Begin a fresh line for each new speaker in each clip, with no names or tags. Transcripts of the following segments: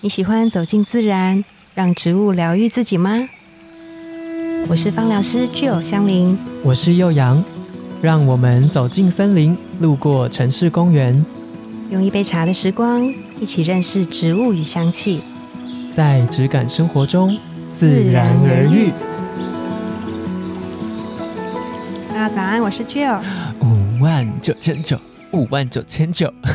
你喜欢走进自然，让植物疗愈自己吗？我是芳疗师具有香林，
我是幼阳，让我们走进森林，路过城市公园，
用一杯茶的时光，一起认识植物与香气。
在质感生活中自然而愈。
大家啊早安，我是具有
五万九千九，五万九千九，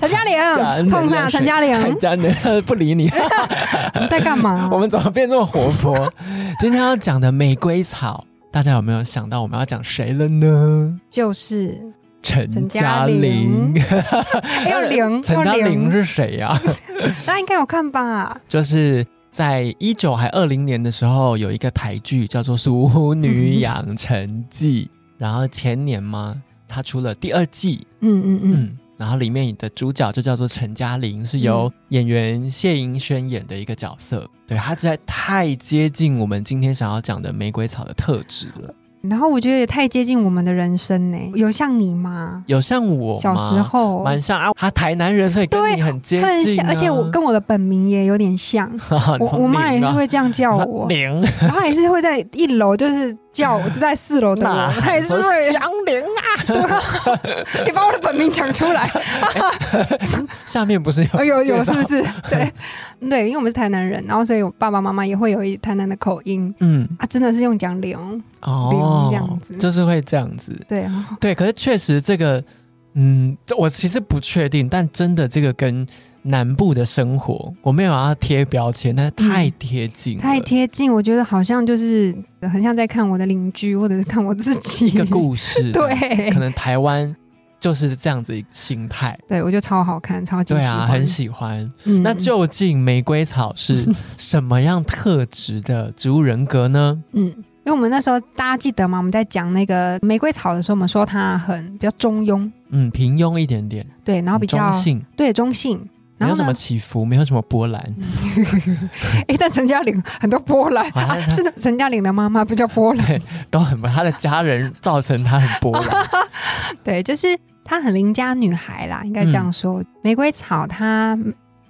陈嘉
加
玲，
能
冲上啊
量水
陈嘉
看
玲，
家人 不理你。
你在干 嘛
我？们怎么变这么活泼？今天要讲的玫瑰草，大家有没有想到我们要讲谁了呢？
就是
陈
陈
嘉
嘉
玲
玲，哎要零，
陈嘉
要
玲
零，
是谁呀、
大家应该有看吧？
就是在一九还二零年的时候，有一个台剧叫做《俗女养成记》， 然后前年嘛，它出了第二季，
嗯嗯嗯，
嗯，然后里面的主角就叫做陈嘉玲，是由
嗯
演员谢盈萱演的一个角色。对，她实在太接近我们今天想要讲的玫瑰草的特质了。
然后我觉得也太接近我们的人生呢。有像你吗？
有像我
小时
吗
候
蛮像啊，她台南人，所以跟
对
你很接
很
近啊、啊
像，而且我跟我的本名也有点像。 我我妈也是会这样叫 我，
玲。
然后她也是会在一楼就是叫 我，就在四楼的
哪
我，她也是
什么
会，
祥玲啊，
你把我的本名讲出 来，
下面不是有
哦有有
介
是
绍
不是？对对，因为我们是台南人，然后所以我爸爸妈妈也会有一台南的口音
嗯，
啊，真的是用讲零，
哦，
这样子
就是会这样子。
对，然后
对，可是确实这个，嗯，这我其实不确定，但真的这个跟南部的生活，我没有要贴标签，但是太贴近、
嗯
了
太贴近，我觉得好像就是很像在看我的邻居或者是看我自己。
一个故 事这样子
对
可能台湾就是这样子一个心态。
对，我觉得超好看，超级
对
喜
啊，
欢，
很喜欢。
嗯
那究竟玫瑰草是 什么样特质的植物人格呢？
嗯，因为我们那时候大家记得吗？我们在讲那个玫瑰草的时候，我们说它很比较中庸，
嗯，平庸一点点，
对，然后比较
中性，
对中性。
没
然
有
后
什么
呢？
起伏，没有什么波澜。
哎、但陈嘉玲很多波澜
啊
啊，
她
是的，陈嘉玲的妈妈不叫波澜，
对，都很他的家人造成他很波澜。
对，就是她很邻家女孩啦，应该这
嗯
样说。玫瑰草它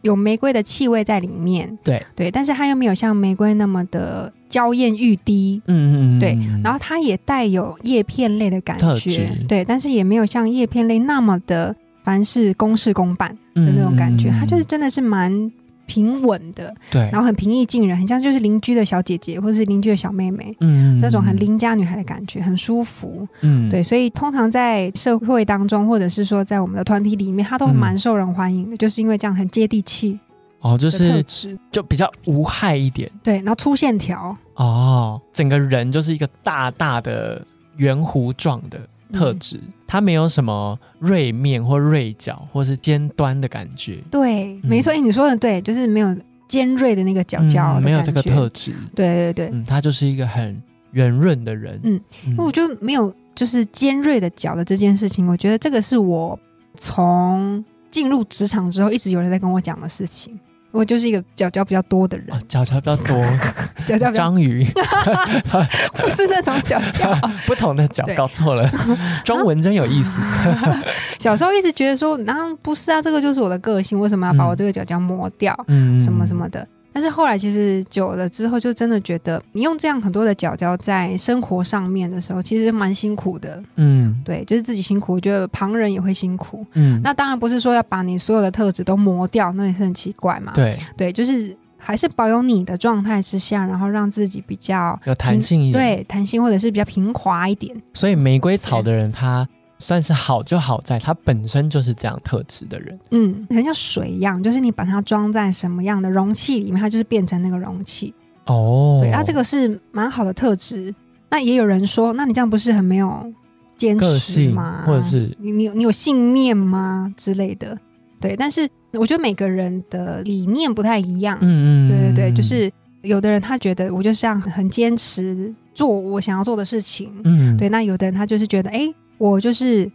有玫瑰的气味在里面，
对
对，但是它又没有像玫瑰那么的娇艳欲滴，
嗯嗯嗯，
对
嗯
然后它也带有叶片类的感
特
觉
质，
对，但是也没有像叶片类那么的凡事公事公办。的
嗯
那种感觉，她就是真的是蛮平稳的，
对，
然后很平易近人，很像就是邻居的小姐姐或者是邻居的小妹妹。
嗯
那种很，邻家女孩的感觉，很舒服。
嗯，
对，所以通常在社会当中，或者是说在我们的团体里面，她都
嗯
蛮受人欢迎的，就是因为这样很接地气
哦，就
的特
是
质。
就比较无害一点
对，然后粗线条
哦，整个人就是一个大大的圆弧状的特。
嗯
质，它没有什么锐面或锐角或是尖端的感觉，
对，
嗯
没错，哎你说的对，就是没有尖锐的那个角角的感觉、
嗯没有这个特质，
对对对，
嗯，他就是一个很圆润的人，
嗯
嗯
因为我觉得没有就是尖锐的角的这件事情，我觉得这个是我从进入职场之后一直有人在跟我讲的事情。我就是一个角角比较多的人，
啊角角比较多，
角角比较
章鱼
不 是那种角角。
不同的角
对啊
搞错 了，中文真有意思，
小时候一直觉得说，然后不是啊，这个就是我的个性，为什么要把
嗯
我这个角角磨掉？
嗯，
什么什么的。但是后来其实久了之后，就真的觉得你用这样很多的角角在生活上面的时候，其实蛮辛苦的。
嗯，
对，就是自己辛苦，我觉得旁人也会辛苦。
嗯嗯，
那当然不是说要把你所有的特质都磨掉，那也是很奇怪嘛。
对，
对就是还是保有你的状态之下，然后让自己比较
有弹性一点，
对弹性，或者是比较平滑一点。
所以玫瑰草的人，他算是好就好在他本身就是这样特质的人。
嗯，很像水一样，就是你把它装在什么样的容器里面，它就是变成那个容器。
哦
对，那、啊这个是蛮好的特质。那也有人说，那你这样不是很没有坚
个
持
性
吗？
或者是
你你有你有信念吗之类的？对，但是我觉得每个人的理念不太一样。
嗯嗯，
对对对，
嗯
就是有的人他觉得我就是要很坚持做我想要做的事情，
嗯，
对，那有的人他就是觉得，哎，我就是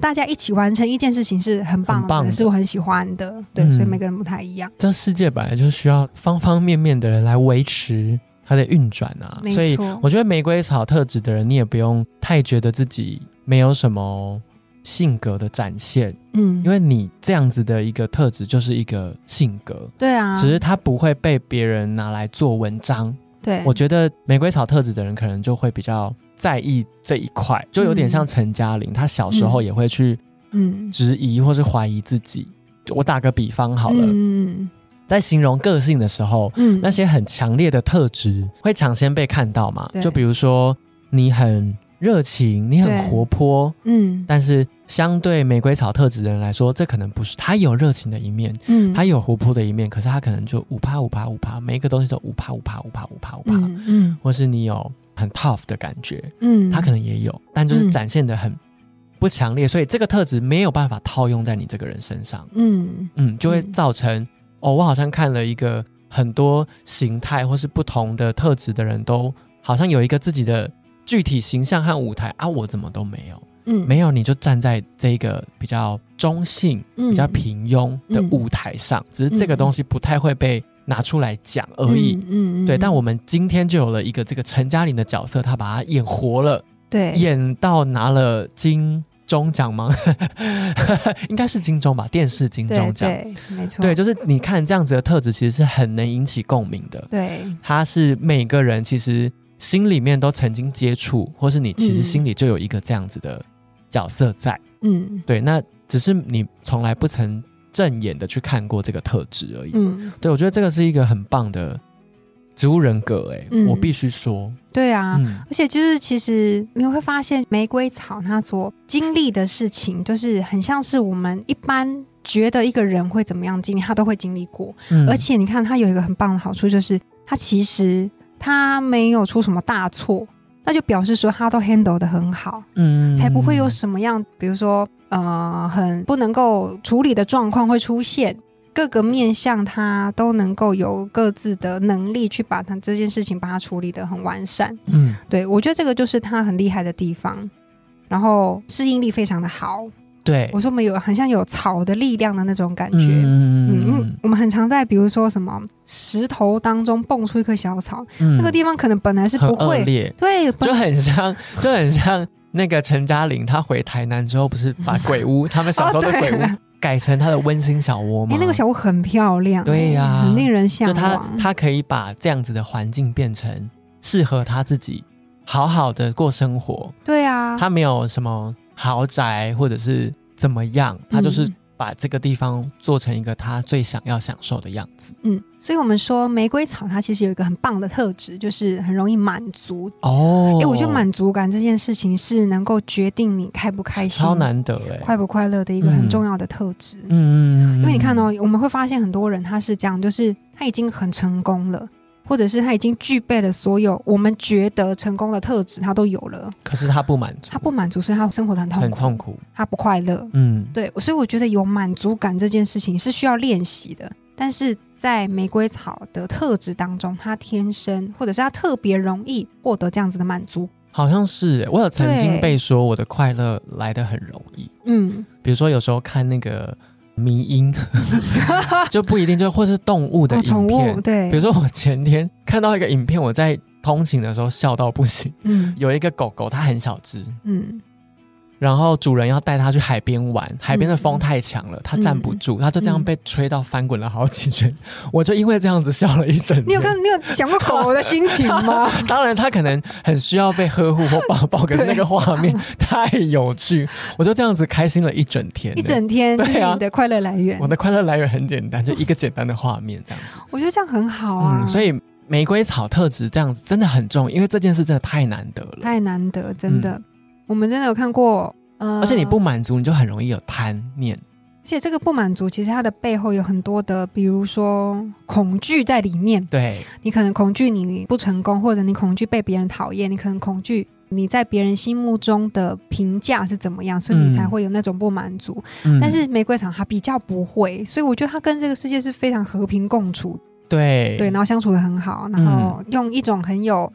大家一起完成一件事情是很棒的，
很棒的
是我很喜欢的，对，
嗯
所以每个人不太一样，
这世界本来就需要方方面面的人来维持它的运转啊，
没
所以
错
我觉得玫瑰草特质的人，你也不用太觉得自己没有什么。性格的展现，
嗯，
因为你这样子的一个特质就是一个性格，
对啊，
只是它不会被别人拿来做文章。
对，
我觉得玫瑰草特质的人可能就会比较在意这一块，就有点像陈嘉玲，她小时候也会去
嗯，
质疑或是怀疑自己。我打个比方好了，
嗯
在形容个性的时候，
嗯，
那些很强烈的特质会抢先被看到嘛？
对
就比如说你很热情，你
对
很活泼，
嗯
但是相对玫瑰草特质的人来说，这可能不是他有热情的一面，
嗯，
他有活泼的一面，可是他可能就五趴五趴五趴，每一个东西都五趴五趴五趴五趴五趴，
嗯嗯
或是你有很 tough 的感觉，
嗯，
他可能也有，但就是
嗯
展现的很不强烈，所以这个特质没有办法套用在你这个人身上。
嗯
嗯，就会
嗯
造成、哦，我好像看了一个很多形态或是不同的特质的人都好像有一个自己的具体形象和舞台啊，我怎么都没有，
嗯
没有你就站在这个比较中性、
嗯
比较平庸的舞台上，只是这个东西不太会被拿出来讲而已。，
嗯嗯，
对，但我们今天就有了一个这个陈嘉玲的角色，她把她演活了，
对
演到拿了金钟奖吗？ 应该是金钟吧，电视金
对
钟奖。
对，没错，
对，就是你看这样子的特质，其实是很能引起共鸣的。
对
它是每个人其实心里面都曾经接触，或是你其实
嗯
心里就有一个这样子的角色在。
嗯
对，那只是你从来不曾正眼的去看过这个特质而已。
嗯，
对，我觉得这个是一个很棒的植物人格、欸，哎、
嗯
我必须说，
对啊，
嗯，
而且就是，其实你会发现，玫瑰草它所经历的事情，就是很像是我们一般觉得一个人会怎么样经历，他都会经历过。
嗯
而且你看，它有一个很棒的好处，就是它其实它没有出什么大错，那就表示说它都 handle 的很好，
嗯
才不会有什么样，比如说呃，很不能够处理的状况会出现。各个面向，它都能够有各自的能力去把它这件事情把它处理的很完善。
嗯
对，我觉得这个就是他很厉害的地方，然后适应力非常的好。
对
我说我们有很像有草的力量的那种感觉。嗯，因为
嗯
我们很常在比如说什么石头当中蹦出一棵小草，
嗯
那个地方可能本来是
很
不
恶
会，
劣，
对，本
就很像， 就很像那个陈嘉玲，她回台南之后，不是把鬼 屋，他们小时候的
哦对
鬼屋改成她的温馨小窝吗？
哎那个小屋很漂亮，哎
对呀
很令人
就
向
她
往。
她可以把这样子的环境变成适合她自己好好的过生活，
对啊，
她没有什么豪宅或者是怎么样，她就是
嗯
把这个地方做成一个她最想要享受的样子。
嗯，所以我们说玫瑰草它其实有一个很棒的特质，就是很容易满足。
哦，
哎、我觉得满足感这件事情是能够决定你开不开心、
超难得哎、
快不快乐的一个很
嗯
重要的特质。
嗯
因为你看哦，我们会发现很多人他是这样，就是他已经很成功了，或者是他已经具备了所有我们觉得成功的特质，他都有了，
可是她不满足，
他不满足，所以他生活的很痛
很
苦，
痛苦，
他不快乐。
嗯。
对，所以我觉得有满足感这件事情是需要练习的，但是在玫瑰草的特质当中，他天生或者是他特别容易获得这样子的满足。
好像是欸，我有曾经
对
被说我的快乐来得很容易，
嗯，
比如说有时候看那个迷音， 就不一定就或是动物的
哦宠
影片，
物对
比如，说我前天看到一个影片，我在通勤的时候笑到不行，
嗯
有一个狗狗它很小只，
嗯
然后主人要带它去海边玩，海边的风太强了，它站不住，它就这样
嗯
被吹到翻滚了好几圈，我就因为这样子笑了一整天。
你有跟你有想过狗的心情吗？
当然，他可能很需要被呵护或抱抱，可是那个画面太有趣，我就这样子开心了一整天呢。
一整天
对
就
啊
是你的快乐来源。
我的快乐来源很简单，就一个简单的画面这样子。
我觉得这样很好啊，
嗯，所
以
以玫瑰草特质这样子真的很重，因为这件事真的太难得了。
太难得，真的。我们真的有看过，呃，
嗯而且你不，满足，你就很容易有贪念。
而且这个不满足，其实它的背后有很多的，比如说恐惧在里面。
对，
你可能恐惧你不成功，或者你恐惧被别人讨厌，你可能恐惧你在别人心目中的评价是怎么样，所以你
嗯
才会有那种不满足。
嗯
但是玫瑰草它比较不会，所以我觉得它跟这个世界是非常和平共处
对
对，然后相处的很好，
嗯
然后用一种很有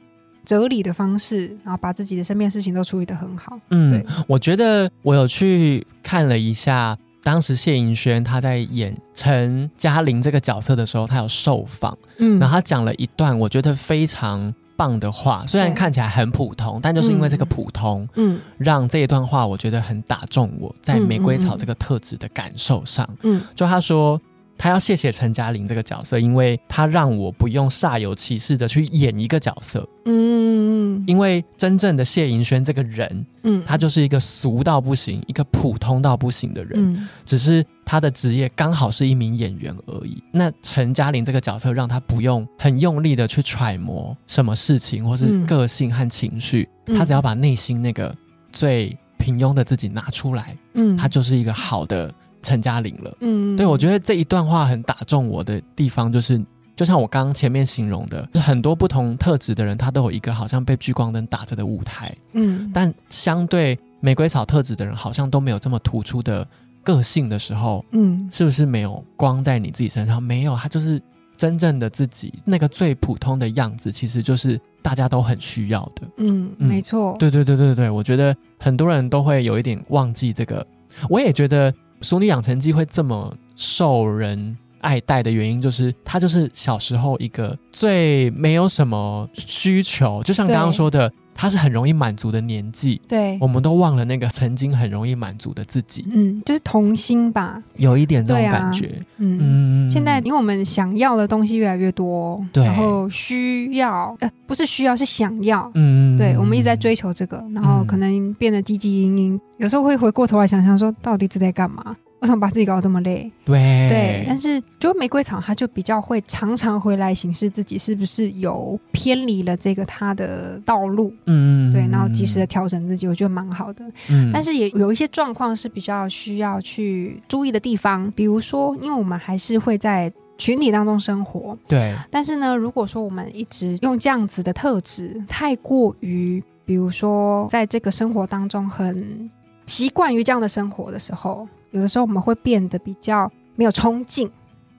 哲理的方式，然后把自己的身边的事情都处理的很好。
嗯
对，
我觉得我有去看了一下当时谢盈萱她在演陈嘉玲这个角色的时候，她有受访，
嗯，
然后她讲了一段我觉得非常棒的话，虽然
对
看起来很普通，但就是因为这个
嗯
普通，
嗯
让这一段话我觉得很打中我在
嗯
玫瑰
嗯
草
嗯
这个特质的感受上。
嗯
就她说。她要谢谢陈嘉玲这个角色，因为她让我不用煞有其事的去演一个角色，
嗯
因为真正的谢盈萱这个人，
嗯，
他就是一个俗到不行、一个普通到不行的人，
嗯
只是他的职业刚好是一名演员而已。那陈嘉玲这个角色让他不用很用力的去揣摩什么事情，或是
嗯
个性和情绪，
嗯
他只要把内心那个最平庸的自己拿出来，
嗯，
他就是一个好的陈嘉玲了。
嗯，
对，我觉
得
得这一段话很打中我的地方，就是就像我刚刚前面形容的，就很多不同特质的人，他都有一个好像被聚光灯打着的舞台，
嗯，
但相对玫瑰草特质的人，好像都没有这么突出的个性的时候，
嗯
是不是没有光在你自己身上？没有，他就是真正的自己，那个最普通的样子，其实就是大家都很需要的。
嗯，
嗯
没错，
对对对对对，我觉得很多人都会有一点忘记这个。我也觉得《熟女养成记》会这么受人爱戴的原因，就是她就是小时候一个最没有什么需求，就像刚刚
对
说的，她是很容易满足的年纪。
对
我，们都忘了那个曾经很容易满足的自己，
嗯，就是童心吧，
有一点这种
对啊
感觉。
嗯。
嗯，
现在，因为我们想要的东西越来越多，
对
然后需要，呃，不是需要，是想要，
嗯
对，我们一直在追求这个，然后可能变得汲汲营营，有时候会回过头来想想说，到底自己在干嘛？为什么把自己搞得这么累？
对
对，但是就玫瑰草，它就比较会常常回来审视自己是不是有偏离了这个它的道路，
嗯
对，然后及时的，调整自己，我觉得蛮好的。
嗯
但是也有一些状况是比较需要去注意的地方，比如说，因为我们还是会在群体当中生活，
对，
但是呢，如果说我们一直用这样子的特质，太过于，比如说在这个生活当中很习惯于这样的生活的时候，有的时候我们会变得比较没有冲劲，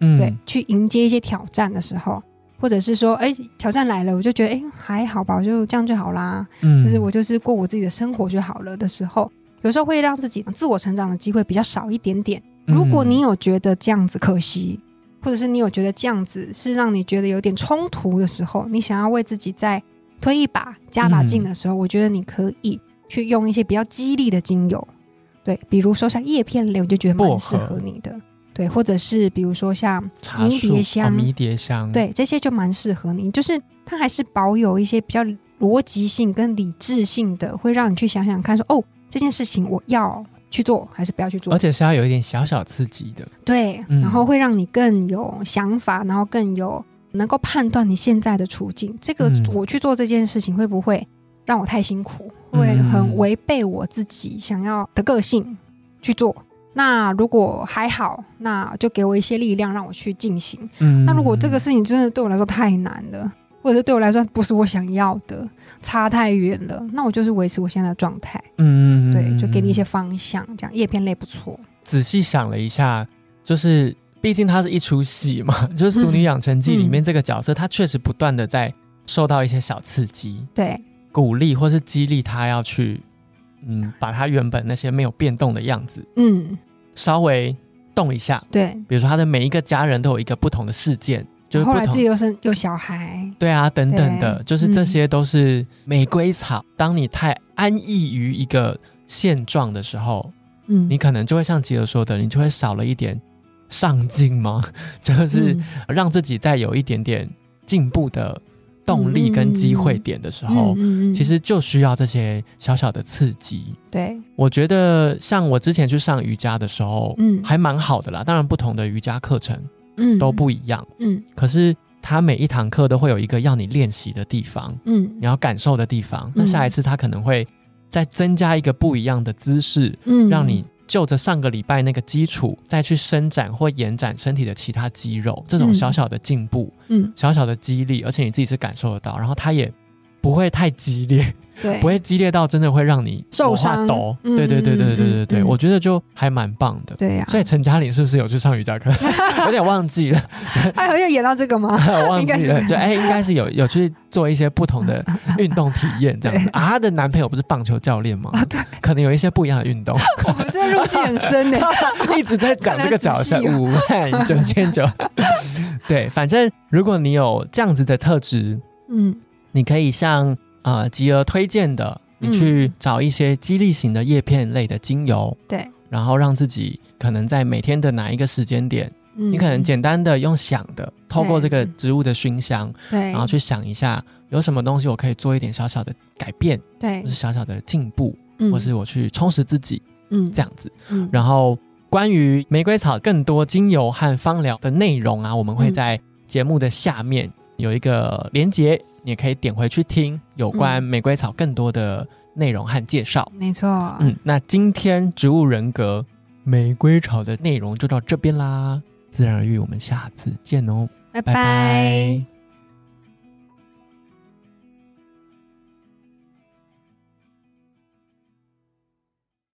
嗯
对，去迎接一些挑战的时候。或者是说，哎、挑战来了，我就觉得，哎、还好吧，我就这样就好啦，
嗯
就是我就是过我自己的生活就好了的时候，有时候会让自己自我成长的机会比较少一点点。
嗯
如果你有觉得这样子可惜，或者是你有觉得这样子是让你觉得有点冲突的时候，你想要为自己再推一把、加把
嗯
劲的时候，我觉得你可以去用一些比较激励的精油，对，比如说像叶片类，我就觉得
薄
蛮
荷
适合你的。对，或者是比如说像
茶
迷迭
树哦
香
迷迭香，
对这些就蛮适合你，就是它还是保有一些比较逻辑性跟理智性的，会让你去想想看说，哦，这件事情我要去做还是不要去做
而。且是要有一点小小刺激的。
对，
嗯
然后会让你更有想法，然后更有能够判断你现在的处境。这个
嗯
我去做这件事情会不会让我太辛苦，会很违背我自己想要的个性去做？那如果还好，那就给我一些力量让我去进行。
嗯
那如果这个事情真的对我来说太难了，或者是对我来说不是我想要的，差太远了，那我就是维持我现在的状态。
嗯
对，就给你一些方向，这样叶片类不错。
仔细想了一下，就是毕竟它是一出戏嘛， 就是《俗女养成记》里面这个角色，她确实不断的在受到一些小刺激、
对，
鼓励或是激励，她要去嗯，把她原本那些没有变动的样子
嗯，
稍微动一下。
对。
比如说，她的每一个家人都有一个不同的事件，就是不
后来自
同
己又生有小孩，
对啊，等等的，
对嗯
就是这些都是玫瑰草。当你太安逸于一个现状的时候，
嗯，
你可能就会像吉尔说的，你就会少了一点上进吗？ 就是
嗯
让自己再有一点点进步的动力跟机会点的时候，
嗯嗯嗯
其实就需要这些小小的刺激。
对，
我觉得像我之前去上瑜伽的时候，
嗯
还蛮好的啦。当然，不同的瑜伽课程
嗯
都不一样，
嗯
可是它每一堂课都会有一个要你练习的地方，
嗯
你要感受的地方。那下一次它可能会再增加一个不一样的姿势，
嗯
让你就着上个礼拜那个基础，再去伸展或延展身体的其他肌肉，这种
嗯
小小的进步、
嗯
小小的激励，而且你自己是感受得到，然后它也不会太激烈，
对，
不会激烈到真的会让你
哎受
头发
伤
抖。
嗯
对对对对对对对
嗯嗯嗯
我觉得就还蛮棒的。
对啊呀、
所以陈嘉玲是不是有去上瑜伽 课？有点忘记了，
哎，好像演到这个吗？
忘
应该
记
是
了。就哎、应该是有有去做一些不 同的运动体验这样子啊。她的男朋友不是棒球教练吗？
啊，对，
可能有一些不一样的 运动。
我们这入戏很深 呢。
一直在讲这个角色
看得仔细哦
五 万九千九。对，反正如果你有这样子的特质，
嗯，
你可以像呃吉儿推荐的，你去找一些激励型的叶片类的精油，
对，
然后让自己可能在每天的哪一个时间点，
嗯
你可能简单的用想的，透过这个植物的熏香，
对，
然后去想一下有什么东西我可以做一点小小的改变，
对
或是，小小的进步，
嗯
或是我去充实自己
嗯
这样子。
嗯
然后关于玫瑰草更多精油和芳疗的内容啊，我们会在节目的下面有一个连接，你也可以点回去听有
嗯
关玫瑰草更多的内容和介绍。
没错，
嗯，那今天植物人格玫瑰草的内容就到这边啦，自然而愈，我们下次见哦，
拜
拜拜